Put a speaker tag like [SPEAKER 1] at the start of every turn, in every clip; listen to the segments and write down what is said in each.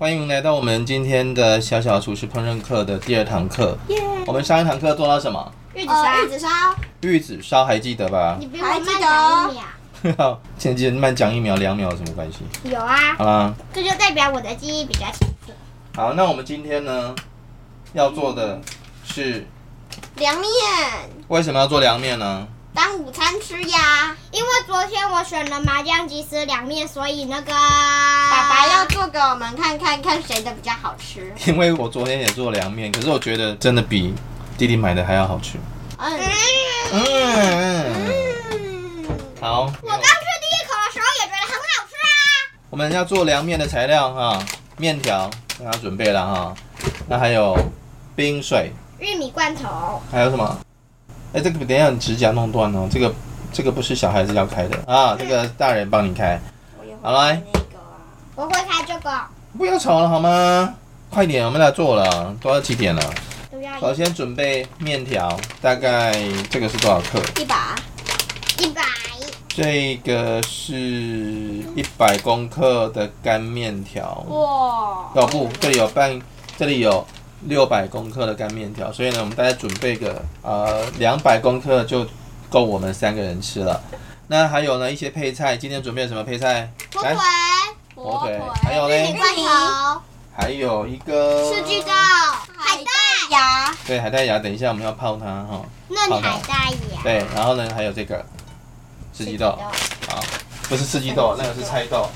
[SPEAKER 1] 欢迎来到我们今天的小小厨师烹饪课的第二堂课。
[SPEAKER 2] 耶！
[SPEAKER 1] 我们上一堂课做到什么？
[SPEAKER 3] 哦玉子
[SPEAKER 2] 呃，
[SPEAKER 3] 烧
[SPEAKER 2] 玉，子烧，
[SPEAKER 1] 玉子烧还记得 吧
[SPEAKER 3] 你？比我慢讲一秒。
[SPEAKER 1] 好，前几慢讲一秒两秒有什么关系？
[SPEAKER 3] 有啊，
[SPEAKER 1] 好啦，
[SPEAKER 3] 这就代表我的记忆比较清楚。
[SPEAKER 1] 好，那我们今天呢要做的是
[SPEAKER 2] 凉面
[SPEAKER 1] 为什么要做凉面呢？
[SPEAKER 2] 当午餐吃呀。
[SPEAKER 3] 因为昨天我选了麻酱鸡丝凉面，所以那个
[SPEAKER 2] 爸
[SPEAKER 3] 爸
[SPEAKER 2] 爸要做给我们看看，看谁的比较好吃。
[SPEAKER 1] 因为我昨天也做凉面，可是我觉得真的比弟弟买的还要好吃。
[SPEAKER 2] 嗯，
[SPEAKER 1] 嗯嗯，
[SPEAKER 3] 嗯，
[SPEAKER 1] 好，
[SPEAKER 3] 我刚吃第一口的时候也觉得很好吃啊。
[SPEAKER 1] 我们要做凉面的材料哈，面条大家准备了哈，那还有冰水，
[SPEAKER 3] 玉米罐头，
[SPEAKER 1] 还有什么？哎，这个等一下你指甲弄断哦，这个这个不是小孩子要开的啊，这个大人帮你开，好来，
[SPEAKER 3] 我会开这个，
[SPEAKER 1] 不要吵了好吗？快点，我们来做了，都要几点了？
[SPEAKER 3] 都要
[SPEAKER 1] 首先准备面条，大概这个是多少克？
[SPEAKER 2] 一把，
[SPEAKER 3] 一百。
[SPEAKER 1] 这个是一百公克的干面条，
[SPEAKER 2] 哇，
[SPEAKER 1] 哦不，这里有半，这里有六百公克的干面条，所以呢，我们大家准备个呃两百公克就够我们三个人吃了。那还有呢一些配菜，今天准备了什么配菜？
[SPEAKER 3] 火
[SPEAKER 1] 来
[SPEAKER 3] 腿、
[SPEAKER 1] 火腿，还有
[SPEAKER 3] 玉
[SPEAKER 1] 嘞
[SPEAKER 3] 米，罐
[SPEAKER 4] 嗯
[SPEAKER 3] 头、
[SPEAKER 1] 还有一个
[SPEAKER 3] 四季豆、
[SPEAKER 2] 海
[SPEAKER 3] 海带、
[SPEAKER 2] 带呀，
[SPEAKER 1] 对海带芽，等一下我们要泡它哈、
[SPEAKER 3] 嫩海带呀。
[SPEAKER 1] 对，然后呢还有这个四季豆，不是四季豆，那个是菜豆，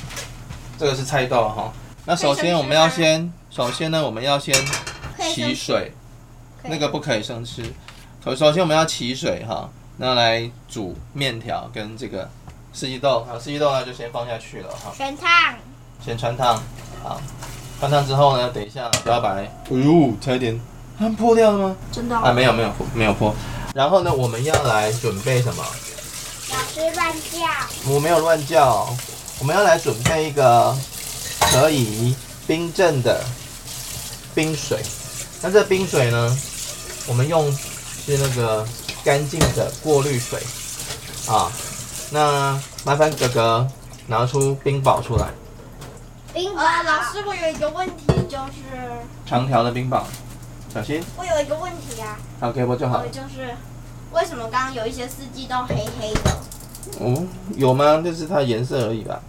[SPEAKER 1] 这个是菜豆哈、那首先我们要先，首先呢我们要先
[SPEAKER 3] 可以
[SPEAKER 1] 起
[SPEAKER 3] 生
[SPEAKER 1] 水，
[SPEAKER 3] 可以
[SPEAKER 1] 那个不可以生吃。首首先我们要起水哈，那来煮面条跟这个四季豆，好，四季豆呢就先放下去了哈，
[SPEAKER 3] 全烫，
[SPEAKER 1] 先穿烫，好，穿烫之后呢，等一下不要把，哎呦，差一点，它破掉了吗？
[SPEAKER 2] 真的
[SPEAKER 3] 哦
[SPEAKER 1] 啊，没有没有破没有破。然后呢，我们要来准备什么？
[SPEAKER 3] 老师乱叫，
[SPEAKER 1] 我没有乱叫，我们要来准备一个可以冰镇的冰水。那这冰水呢，我们用是那个干净的过滤水啊。那麻烦哥哥拿出冰雹出来，
[SPEAKER 3] 冰
[SPEAKER 4] 啊，
[SPEAKER 3] 雹
[SPEAKER 4] 老师，我有一个问题，就是
[SPEAKER 1] 长条的冰雹，小心，
[SPEAKER 4] 我有一个问题啊，
[SPEAKER 1] 好，给我就好
[SPEAKER 4] 呃，。就是为什么刚刚有一些四季豆黑黑的，
[SPEAKER 1] 哦，有吗？就是它颜色而已吧。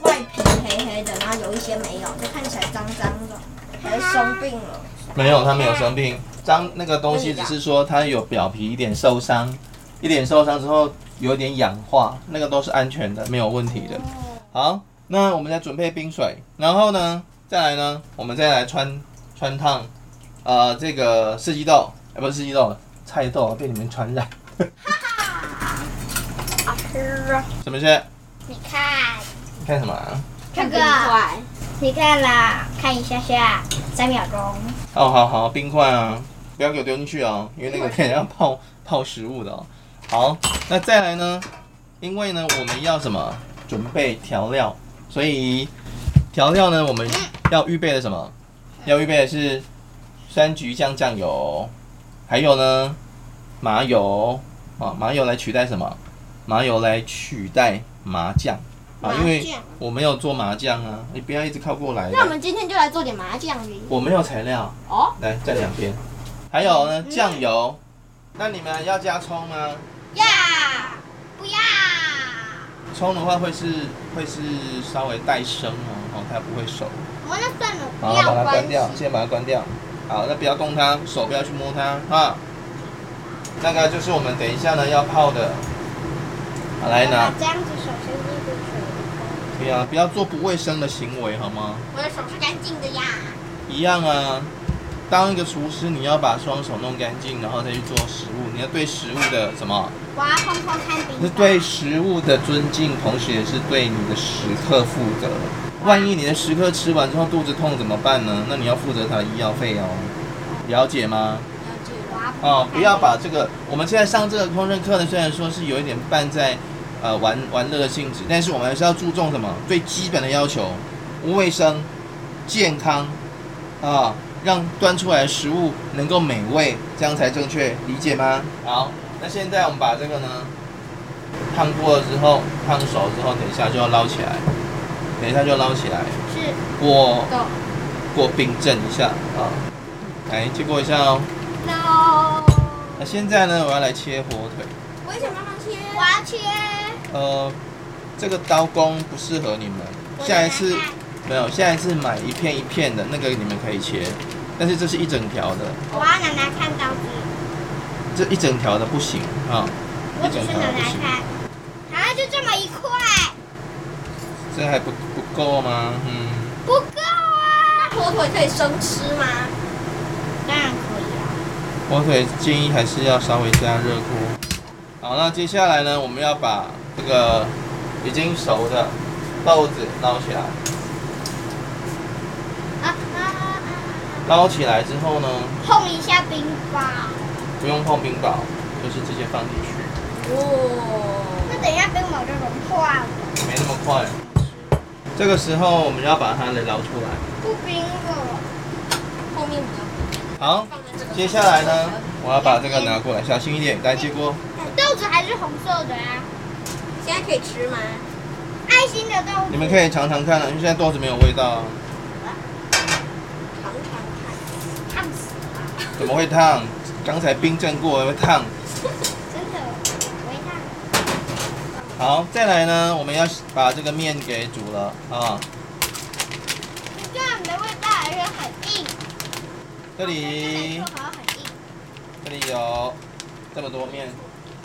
[SPEAKER 4] 外皮黑黑的，然后有一些没有，就看起来脏脏的，还生病了。
[SPEAKER 1] 没有，他没有生病。脏那个东西只是说它有表皮一点受伤，一点受伤之后有点氧化，那个都是安全的，没有问题的。好，那我们再准备冰水，然后呢，再来呢，我们再来穿穿烫，呃，这个四季豆，呃，不是四季豆，菜豆啊被你们传染。
[SPEAKER 2] 好吃啊，
[SPEAKER 1] 什么事？
[SPEAKER 3] 你看
[SPEAKER 1] 你看什么、啊？
[SPEAKER 3] 这
[SPEAKER 2] 冰
[SPEAKER 3] 个，
[SPEAKER 2] 块，
[SPEAKER 3] 你看啦，看一下下，三秒钟。
[SPEAKER 1] 哦，好好，冰块啊，不要给我丢进去哦，因为那个可以要泡泡食物的哦。好，那再来呢？因为呢，我们要什么？准备调料，所以调料呢，我们要预备的什么？要预备的是酸橘酱酱油，还有呢麻油啊，麻油来取代什么？麻油来取代麻酱啊，因为
[SPEAKER 2] 酱
[SPEAKER 1] 我没有做麻酱啊，你不要一直靠过来。
[SPEAKER 2] 那我们今天就来做点麻酱鱼。
[SPEAKER 1] 我没有材料。
[SPEAKER 2] 哦，
[SPEAKER 1] 来站两边。还有呢，酱油。那你们要加葱吗？
[SPEAKER 3] 呀，不要，
[SPEAKER 1] 葱的话会是会是稍微带生哦，哦它不会熟。
[SPEAKER 3] 我那算了，不
[SPEAKER 1] 好，把它
[SPEAKER 3] 要
[SPEAKER 1] 关
[SPEAKER 3] 关
[SPEAKER 1] 掉，先把它关掉。好，那不要动它，手不要去摸它啊。那个就是我们等一下呢要泡的。好，来拿
[SPEAKER 3] 把，这样子手伸进去。
[SPEAKER 1] 不要不要做不卫生的行为好吗？
[SPEAKER 3] 我的手是干净的呀。
[SPEAKER 1] 一样啊。当一个厨师，你要把双手弄干净，然后再去做食物，你要对食物的什么？
[SPEAKER 3] 我要碰碰看冰
[SPEAKER 1] 是
[SPEAKER 3] 雹。
[SPEAKER 1] 对食物的尊敬，同时也是对你的食客负责。万一你的食客吃完之后肚子痛怎么办呢？那你要负责他的医药费哦，了解吗？
[SPEAKER 3] 我要碰碰看冰
[SPEAKER 1] 哦，不要把这个我们现在上这个烹饪课呢，虽然说是有一点半在呃玩玩乐的性质，但是我们还是要注重什么最基本的要求：卫生、健康啊、让端出来的食物能够美味，这样才正确，理解吗？好，那现在我们把这个呢烫过了之后，烫熟之后，等一下就要捞起来，等一下就捞起来。
[SPEAKER 3] 是
[SPEAKER 1] 过
[SPEAKER 2] 豆
[SPEAKER 1] 过冰镇一下啊，来结果一下哦。
[SPEAKER 2] ，no，
[SPEAKER 1] 那现在呢，我要来切火腿。
[SPEAKER 4] 我也想帮忙切。
[SPEAKER 3] 我要切，
[SPEAKER 1] 呃，这个刀工不适合你们，
[SPEAKER 3] 我
[SPEAKER 1] 下一
[SPEAKER 3] 再
[SPEAKER 1] 次没有，下一次买一片一片的那个你们可以切，但是这是一整条的，
[SPEAKER 3] 我要拿来看刀子，
[SPEAKER 1] 这一整条的不行啊，
[SPEAKER 3] 我只是拿来看，啊，就这么一块，啊
[SPEAKER 1] 这还不不够吗？嗯，
[SPEAKER 3] 不够啊，
[SPEAKER 4] 火腿可以生吃吗？
[SPEAKER 3] 当然可以啊。
[SPEAKER 1] 火腿建议还是要稍微加热锅。好，那接下来呢，我们要把这个已经熟的豆子捞起来，
[SPEAKER 3] 啊啊啊啊！
[SPEAKER 1] 捞起来之后呢，
[SPEAKER 3] 碰一下冰吧，
[SPEAKER 1] 不用碰冰雹，就是直接放进去，
[SPEAKER 3] 那
[SPEAKER 4] 哦，
[SPEAKER 3] 等一下冰雹就融化了。
[SPEAKER 1] 没那么快。这个时候我们要把它给捞出来。
[SPEAKER 3] 不冰了，
[SPEAKER 4] 后面比
[SPEAKER 1] 好
[SPEAKER 4] 较，放在这个。
[SPEAKER 1] 接下来呢，我要把这个拿过来，小心一点，来接锅。
[SPEAKER 3] 豆子还是红色的啊，
[SPEAKER 4] 现在可以吃吗？
[SPEAKER 3] 爱心的豆子。
[SPEAKER 1] 你们可以尝尝看啊，因为现在豆子没有味道啊，
[SPEAKER 4] 尝尝看。
[SPEAKER 3] 烫死了，
[SPEAKER 1] 怎么会烫？刚才冰镇过会烫。
[SPEAKER 3] 真的，我会烫。
[SPEAKER 1] 好，再来呢，我们要把这个面给煮了啊。
[SPEAKER 3] 这样的味道而且很硬，
[SPEAKER 1] 这
[SPEAKER 3] 对
[SPEAKER 1] 里
[SPEAKER 3] 来说好像很硬，
[SPEAKER 1] 这里有这么多面，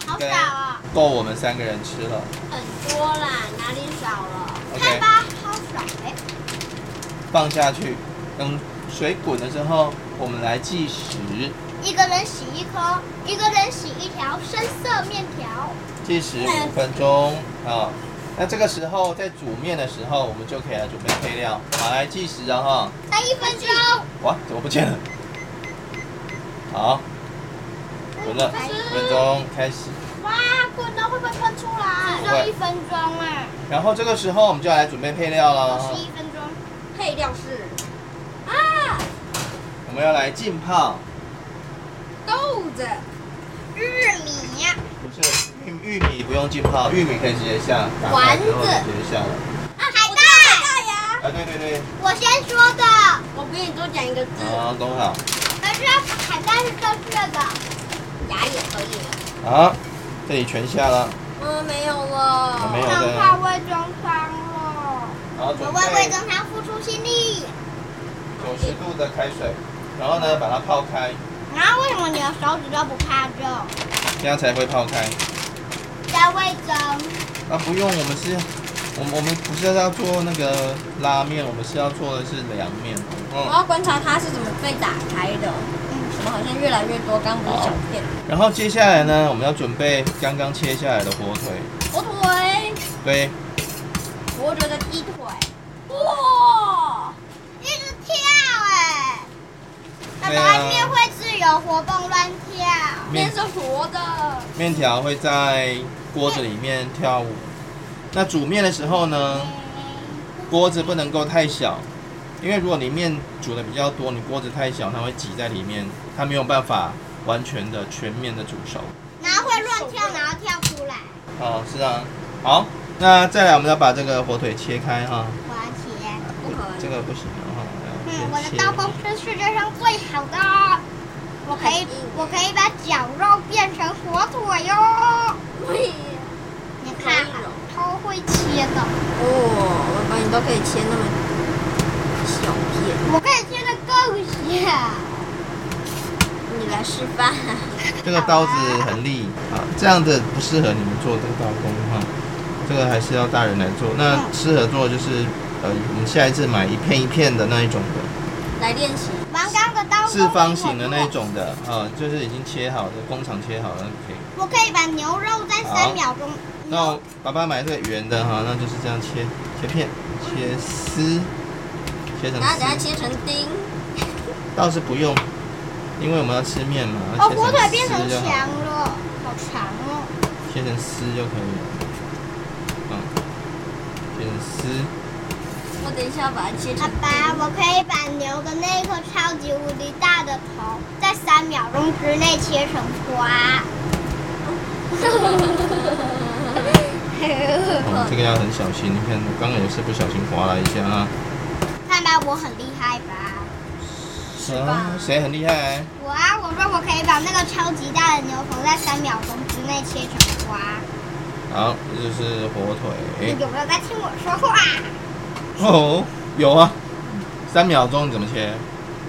[SPEAKER 3] 好少啊、
[SPEAKER 1] 够我们三个人吃了。
[SPEAKER 4] 很多啦，哪里少了？
[SPEAKER 1] OK，
[SPEAKER 3] 看吧，好少哎、
[SPEAKER 1] 放下去，等水滚的时候，我们来计时。
[SPEAKER 3] 一个人洗一颗，一个人洗一条深色面条。
[SPEAKER 1] 计时五分钟啊。那这个时候在煮面的时候，我们就可以来准备配料。好，来计时啊哈。
[SPEAKER 3] 才一分钟，
[SPEAKER 1] 哇，怎么不见了？好，滚了，五分钟开始。
[SPEAKER 3] 哇，滚到会不会喷出来？
[SPEAKER 1] 不
[SPEAKER 3] 只有
[SPEAKER 1] 会
[SPEAKER 3] 一分钟哎、
[SPEAKER 1] 然后这个时候我们就要来准备配料了
[SPEAKER 3] 十
[SPEAKER 1] 哈。
[SPEAKER 3] 一分钟。
[SPEAKER 4] 配料是啊，
[SPEAKER 1] 我们要来浸泡，
[SPEAKER 4] 豆子、
[SPEAKER 3] 啊日米呀、
[SPEAKER 1] 不是玉玉米不用浸泡，玉米可以直接下，打开
[SPEAKER 4] 丸子
[SPEAKER 1] 之后就直接下了。
[SPEAKER 3] 啊，海带。
[SPEAKER 4] 大呀！
[SPEAKER 1] 啊，对对对，
[SPEAKER 3] 我先说的，
[SPEAKER 4] 我比你多讲一个字，
[SPEAKER 1] 好，弄好。
[SPEAKER 3] 可是海带是正确的。
[SPEAKER 4] 牙也可以了。
[SPEAKER 1] 好，这里全下了，
[SPEAKER 4] 嗯，没有了。
[SPEAKER 1] 没有
[SPEAKER 3] 想
[SPEAKER 1] 的。
[SPEAKER 3] 味中汤了，
[SPEAKER 1] 好，
[SPEAKER 3] 我
[SPEAKER 1] 准
[SPEAKER 3] 为味
[SPEAKER 1] 备
[SPEAKER 3] 中汤付出心力。
[SPEAKER 1] 九十度的开水，然后呢把它泡开，
[SPEAKER 3] 然后为什么你的手指都不怕热？
[SPEAKER 1] 这样才会泡开。
[SPEAKER 3] 在味中。
[SPEAKER 1] 啊，不用，我们是，我们我们不是要做那个拉面，我们是要做的是凉面。
[SPEAKER 4] 我
[SPEAKER 1] 嗯，
[SPEAKER 4] 要观察它是怎么被打开的。嗯，怎么好像越来越多？刚不是小片
[SPEAKER 1] 然后接下来呢，我们要准备刚刚切下来的火腿，
[SPEAKER 4] 火腿，
[SPEAKER 1] 对，
[SPEAKER 4] 我觉得鸡腿。哇！
[SPEAKER 3] 一直跳哎、那
[SPEAKER 1] 对
[SPEAKER 3] 个
[SPEAKER 1] 啊
[SPEAKER 3] 外面会自由活动乱跳。
[SPEAKER 1] 面
[SPEAKER 4] 面是活的，
[SPEAKER 1] 面条会在锅子里面跳舞。那煮面的时候呢，锅子不能够太小，因为如果你面煮的比较多，你锅子太小，它会挤在里面，它没有办法完全的全面的煮熟。
[SPEAKER 3] 然后会乱跳，然后跳出来。
[SPEAKER 1] 哦，是啊，好，那再来我们要把这个火腿切开哈、
[SPEAKER 3] 我要切。
[SPEAKER 4] 不可以
[SPEAKER 1] 这个不行啊哈、
[SPEAKER 3] 嗯
[SPEAKER 1] 要，
[SPEAKER 3] 我
[SPEAKER 1] 先
[SPEAKER 3] 的
[SPEAKER 1] 切
[SPEAKER 3] 刀工是世界上最好的。我可以，我可以把绞肉变成火腿哟。
[SPEAKER 4] 喂
[SPEAKER 3] 你看，
[SPEAKER 1] 哦
[SPEAKER 3] 啊超会切的，
[SPEAKER 4] 哦，我把你都可以切那么小片，
[SPEAKER 3] 我可以切的更啊小。
[SPEAKER 4] 你来示范。
[SPEAKER 1] 这个刀子很利啊，这样的不适合你们做这个刀工哈、这个还是要大人来做。那
[SPEAKER 3] 嗯
[SPEAKER 1] 适合做就是呃，我们下一次买一片一片的那一种的，
[SPEAKER 4] 来练习，
[SPEAKER 3] 王刚的刀工
[SPEAKER 1] 四方形的那一。种的啊，就是已经切好的，工厂切好的可以。
[SPEAKER 3] 我可以把牛肉在
[SPEAKER 1] 好
[SPEAKER 3] 三秒钟。
[SPEAKER 1] 那我爸爸买这个圆的哈、那就是这样切切片、切丝、切成
[SPEAKER 4] 然后等下
[SPEAKER 1] 丝，
[SPEAKER 4] 切成丁。
[SPEAKER 1] 倒是不用，因为我们要吃面嘛，
[SPEAKER 3] 哦，
[SPEAKER 1] 切
[SPEAKER 3] 火腿变
[SPEAKER 1] 丝
[SPEAKER 3] 成
[SPEAKER 1] 就好
[SPEAKER 3] 墙了，好长哦。
[SPEAKER 1] 切成丝就可以了。嗯，切成丝。
[SPEAKER 4] 我等一下把它切
[SPEAKER 3] 爸
[SPEAKER 4] 成
[SPEAKER 3] 爸，
[SPEAKER 4] 丁。
[SPEAKER 3] 我可以把牛的那一颗超级无敌大的头，在三秒钟之内切成花。
[SPEAKER 1] 嗯哦，这个要很小心，你看刚刚也是不小心划了一下啊。
[SPEAKER 3] 来我很厉害吧？
[SPEAKER 1] 什么？谁很厉害？
[SPEAKER 3] 我啊，我说我可以把那个超级大的牛头在三秒钟之内切成花。
[SPEAKER 1] 好，这就是火
[SPEAKER 3] 你
[SPEAKER 1] 腿。
[SPEAKER 3] 有没有在听我说话？
[SPEAKER 1] 哦，有啊，三秒钟你怎么切？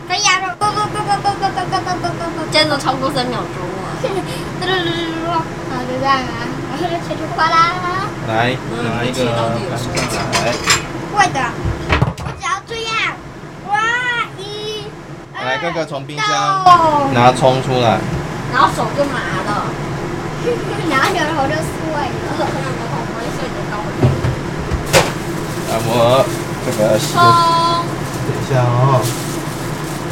[SPEAKER 3] 可以啊，说咕咕咕咕咕咕咕咕咕咕咕咕，
[SPEAKER 4] 真的超过三秒钟啊！
[SPEAKER 3] 嘟噜噜噜噜，啊就这样啊，然后就切出花啦。
[SPEAKER 1] 来，拿
[SPEAKER 3] 嗯
[SPEAKER 1] 一个板凳来。
[SPEAKER 3] 会的，我只要这样。哇，一，
[SPEAKER 1] 来，
[SPEAKER 3] 二
[SPEAKER 1] 哥哥从冰箱
[SPEAKER 3] 到，
[SPEAKER 1] 拿葱出来。
[SPEAKER 4] 然后手就麻了，
[SPEAKER 3] 然后牛头就碎
[SPEAKER 4] 而
[SPEAKER 3] 了。
[SPEAKER 4] 且现在头发会睡得高。
[SPEAKER 1] 啊，我这个是
[SPEAKER 4] 冲！
[SPEAKER 1] 等一下哦，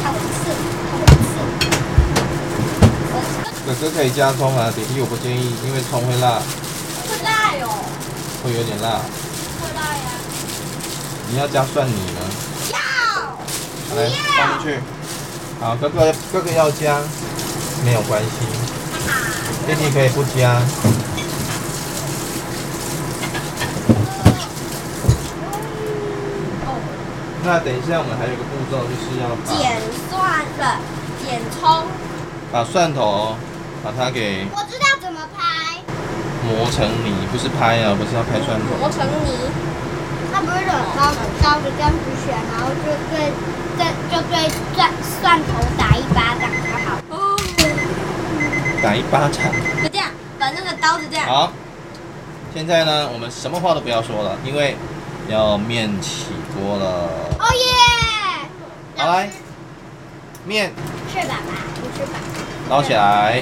[SPEAKER 3] 好刺，好刺。
[SPEAKER 1] 哥哥可以加葱啊，弟弟我不建议，因为葱会辣，
[SPEAKER 4] 会辣哟，
[SPEAKER 1] 会有点辣。
[SPEAKER 4] 会辣呀！
[SPEAKER 1] 你要加蒜泥呢？
[SPEAKER 3] 要，
[SPEAKER 1] 来，放进去。好，哥哥哥哥要加，没有关系。弟弟可以不加。那等一下，我们还有一个步骤，就是要把
[SPEAKER 4] 剪蒜了，剪葱，
[SPEAKER 1] 把蒜头哦把它给
[SPEAKER 3] 我知道怎么拍。
[SPEAKER 1] 磨成泥，不是拍啊，不是要拍蒜头。
[SPEAKER 4] 磨成泥，
[SPEAKER 3] 那不是有刀刀子跟纸选，然后就对对就对蒜蒜头打一巴掌就好了。
[SPEAKER 4] 哦，
[SPEAKER 1] 打一巴掌。
[SPEAKER 4] 就这样，把那个刀子这样，
[SPEAKER 1] 好，现在呢，我们什么话都不要说了，因为要面起锅了。
[SPEAKER 3] 哦耶！
[SPEAKER 1] 好来，面
[SPEAKER 3] 是爸爸，不是爸爸。
[SPEAKER 1] 捞起来，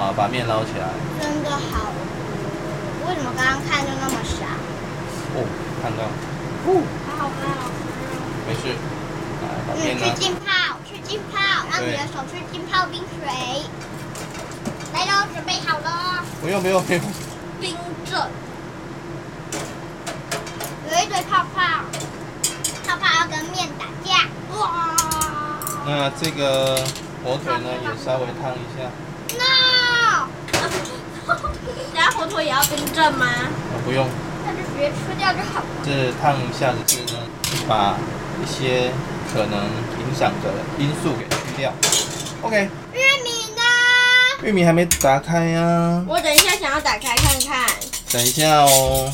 [SPEAKER 1] 啊，把面捞起来。
[SPEAKER 3] 真的好饿，为什么刚刚看就那么少？
[SPEAKER 1] 哦，看到，
[SPEAKER 3] 好好看哦。
[SPEAKER 1] 没事。来，把面
[SPEAKER 3] 嗯，去
[SPEAKER 1] 呢，
[SPEAKER 3] 浸泡，去浸泡，让你的手去浸泡冰水。来喽，准备好了。
[SPEAKER 1] 不用不用不用，
[SPEAKER 4] 冰镇，
[SPEAKER 3] 有一堆泡泡，泡泡要跟面打架。哇！
[SPEAKER 1] 那这个火腿呢，也稍微烫一下。
[SPEAKER 3] No！
[SPEAKER 4] 然后火腿也要冰镇吗？
[SPEAKER 1] 啊，不用，
[SPEAKER 3] 那就直接吃掉就好了。
[SPEAKER 1] 这烫一下子是呢，把一些可能影响的因素给去掉。OK，
[SPEAKER 3] 玉米呢？
[SPEAKER 1] 玉米还没打开呀、
[SPEAKER 4] 我等一下想要打开看看，
[SPEAKER 1] 等一下哦，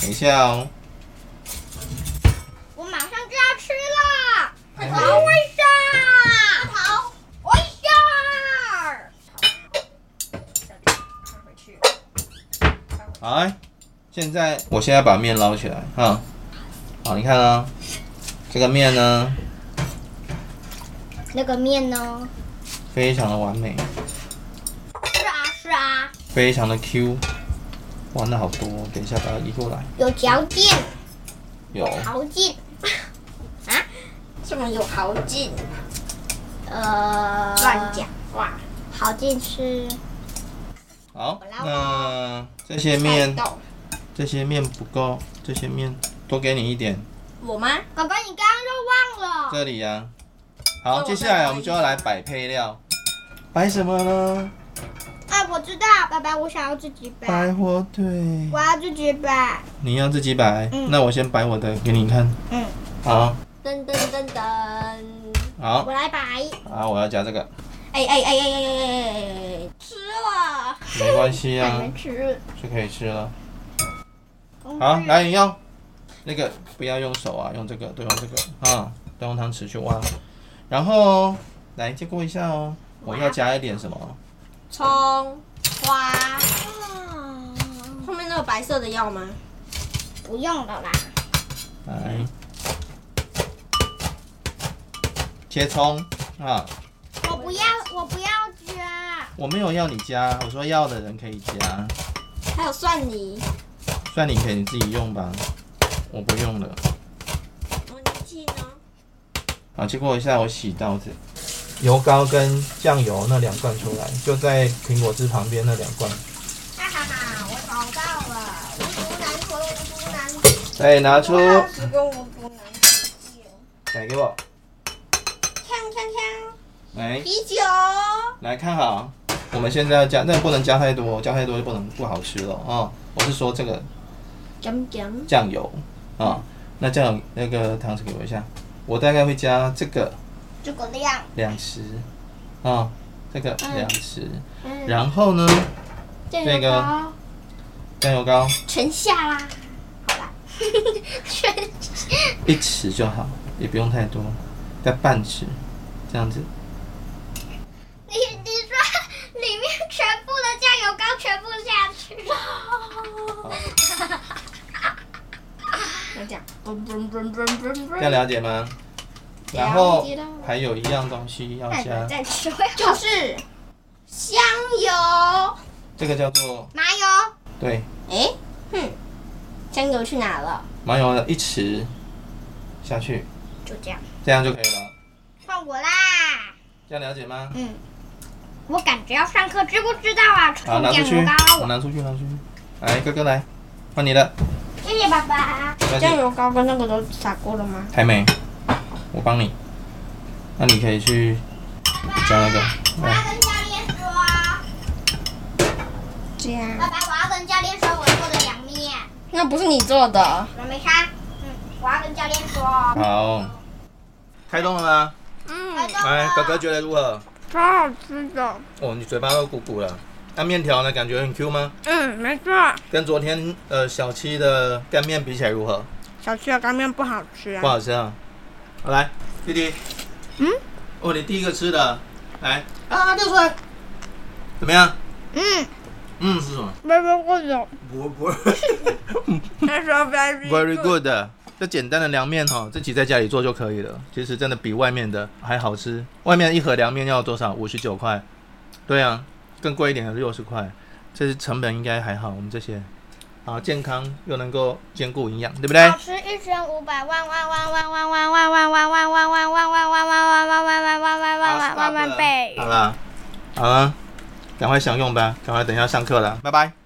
[SPEAKER 1] 等一下哦，
[SPEAKER 3] 我马上就要吃了。
[SPEAKER 1] 还
[SPEAKER 3] 我
[SPEAKER 1] 没
[SPEAKER 3] 要喂上，好，喂上。
[SPEAKER 1] 好来，现在我现在把面捞起来啊，好，你看啊，这个面呢
[SPEAKER 3] 那个面呢？
[SPEAKER 1] 非常的完美，
[SPEAKER 3] 是啊是啊，
[SPEAKER 1] 非常的 Q，哇，那好多哦，等一下把它移过来，
[SPEAKER 3] 有嚼劲，
[SPEAKER 1] 有，
[SPEAKER 3] 嚼劲。 啊
[SPEAKER 4] 这么有豪劲，
[SPEAKER 3] 呃，
[SPEAKER 4] 乱讲话，
[SPEAKER 3] 好劲是
[SPEAKER 1] 好，那这些面
[SPEAKER 4] 太逗
[SPEAKER 1] 这些面不够，这些面多给你一点，
[SPEAKER 4] 我吗？
[SPEAKER 3] 哥哥，你刚刚就忘了。
[SPEAKER 1] 这里呀、
[SPEAKER 4] 那
[SPEAKER 1] 好，
[SPEAKER 4] 我
[SPEAKER 1] 接下
[SPEAKER 4] 再
[SPEAKER 1] 来
[SPEAKER 4] 摆
[SPEAKER 1] 我们
[SPEAKER 4] 一
[SPEAKER 1] 就要
[SPEAKER 4] 下
[SPEAKER 1] 来摆配料，摆什么呢？
[SPEAKER 3] 哎，我知道，爸爸，我想要自己摆，
[SPEAKER 1] 摆火腿。
[SPEAKER 3] 我要自己摆。
[SPEAKER 1] 你要自己摆，
[SPEAKER 3] 嗯
[SPEAKER 1] 那我先摆我的给你看。
[SPEAKER 3] 嗯，
[SPEAKER 1] 好，
[SPEAKER 4] 噔噔噔噔，
[SPEAKER 1] 好，
[SPEAKER 3] 我来摆。
[SPEAKER 1] 啊，我要夹这个，
[SPEAKER 4] 哎哎哎哎哎哎哎哎，吃了，
[SPEAKER 1] 没关系
[SPEAKER 3] 还
[SPEAKER 1] 啊
[SPEAKER 3] 没，吃。
[SPEAKER 1] 就可以吃了。
[SPEAKER 3] 公
[SPEAKER 1] 好，
[SPEAKER 3] 司
[SPEAKER 1] 来你用，那个不要用手啊，用这个，都用这个啊，都用汤匙去挖。然后来借过一下哦，我要加一点什么？
[SPEAKER 4] 葱花，
[SPEAKER 3] 嗯
[SPEAKER 4] 后面那个白色的要吗？
[SPEAKER 3] 不用了啦，
[SPEAKER 1] 来，
[SPEAKER 3] 嗯
[SPEAKER 1] 切葱啊，
[SPEAKER 3] 我不要，我不要啊加。
[SPEAKER 1] 我没有要你加，我说要的人可以加，
[SPEAKER 4] 还有蒜泥，
[SPEAKER 1] 算你可以你自己用吧，我不用了。
[SPEAKER 4] 我机器哦呢？
[SPEAKER 1] 啊，结果一下我洗刀子，油膏跟酱油那两罐出来，就在苹果汁旁边那两罐。
[SPEAKER 3] 哈哈哈，我找到了，无毒难吞，无毒难吞。
[SPEAKER 1] 哎，拿出
[SPEAKER 4] 二十跟我不能。
[SPEAKER 1] 来给我，
[SPEAKER 4] 锵锵锵！
[SPEAKER 1] 来
[SPEAKER 4] 啤酒，
[SPEAKER 1] 来看好。我们现在要加，但不能加太多，加太多就不能不好吃了啊、哦我是说这个
[SPEAKER 4] 讲讲
[SPEAKER 1] 酱油，啊。那这样那个汤匙给我一下，我大概会加这个
[SPEAKER 3] 诸葛亮，
[SPEAKER 1] 两匙啊，这个两匙，
[SPEAKER 3] 嗯，
[SPEAKER 1] 然后呢，
[SPEAKER 3] 这
[SPEAKER 1] 个
[SPEAKER 3] 个
[SPEAKER 1] 酱油膏
[SPEAKER 3] 沉下啦，好吧，全
[SPEAKER 1] 一匙就好，也不用太多，大概半匙这样子。
[SPEAKER 3] 你你说里面全部的酱油膏全部下去 了，
[SPEAKER 4] 我讲，嘣嘣嘣嘣嘣
[SPEAKER 1] 这样
[SPEAKER 4] 嘣，
[SPEAKER 1] 了解吗？然后
[SPEAKER 3] 解了
[SPEAKER 1] 还有一样东西要加，
[SPEAKER 4] 再吃，
[SPEAKER 2] 就是
[SPEAKER 3] 香油、
[SPEAKER 1] 这个叫做
[SPEAKER 3] 麻油，
[SPEAKER 1] 对
[SPEAKER 4] 哎，哼，香油去哪了？
[SPEAKER 1] 麻油的一匙下去，
[SPEAKER 3] 就这样，
[SPEAKER 1] 这样就可以了。
[SPEAKER 3] 换我啦。
[SPEAKER 1] 这样了解吗？
[SPEAKER 4] 嗯
[SPEAKER 3] 我感觉要上课，知不知道啊？臭
[SPEAKER 1] 好，拿
[SPEAKER 3] 酱
[SPEAKER 1] 出去，
[SPEAKER 3] 油
[SPEAKER 1] 好
[SPEAKER 3] 膏，
[SPEAKER 1] 拿出去，拿出去。来，哥哥来，换你了。
[SPEAKER 3] 谢谢爸爸。
[SPEAKER 1] 但
[SPEAKER 4] 酱
[SPEAKER 1] 是
[SPEAKER 4] 油膏跟那个都撒过了吗？
[SPEAKER 1] 还没，我帮你。那你可以去加那个，来，
[SPEAKER 3] 跟教练说，
[SPEAKER 4] 这样，
[SPEAKER 3] 爸爸，我要跟教练说我做的凉面。
[SPEAKER 4] 那不是你做的，
[SPEAKER 3] 我没杀。嗯，我要跟教练说。
[SPEAKER 1] 好，开动了吗？
[SPEAKER 4] 嗯，
[SPEAKER 1] 来，哥哥觉得如何？
[SPEAKER 4] 超好吃的，
[SPEAKER 1] 哦，你嘴巴都鼓鼓了。那面条呢？感觉很 Q 吗？
[SPEAKER 4] 嗯，没错，
[SPEAKER 1] 跟昨天呃小七的干面比起来如何？
[SPEAKER 4] 小七的干面不好吃
[SPEAKER 1] 不
[SPEAKER 4] 啊，
[SPEAKER 1] 好吃啊。好来，弟弟。
[SPEAKER 4] 嗯。
[SPEAKER 1] 哦，你第一个吃的，来啊，掉出来。怎么样？
[SPEAKER 4] 嗯，
[SPEAKER 1] 嗯，是什 么？
[SPEAKER 4] 没吃过的，
[SPEAKER 1] 不不。 嗯
[SPEAKER 4] 那时候 very
[SPEAKER 1] Very good，这简单的凉面哈，自己在家里做就可以了。其实真的比外面的还好吃。外面一盒凉面要多少？五十九块。对啊，更贵一点的六十块。这是成本应该还好，我们这些好健康又能够兼顾营养，对不对？
[SPEAKER 3] 吃一千五百万万万万万万万万万万万万万万万万万万万万万
[SPEAKER 1] 啊好，stop 了好啦，好啦，赶快享用吧，赶快等一下上课了，拜拜。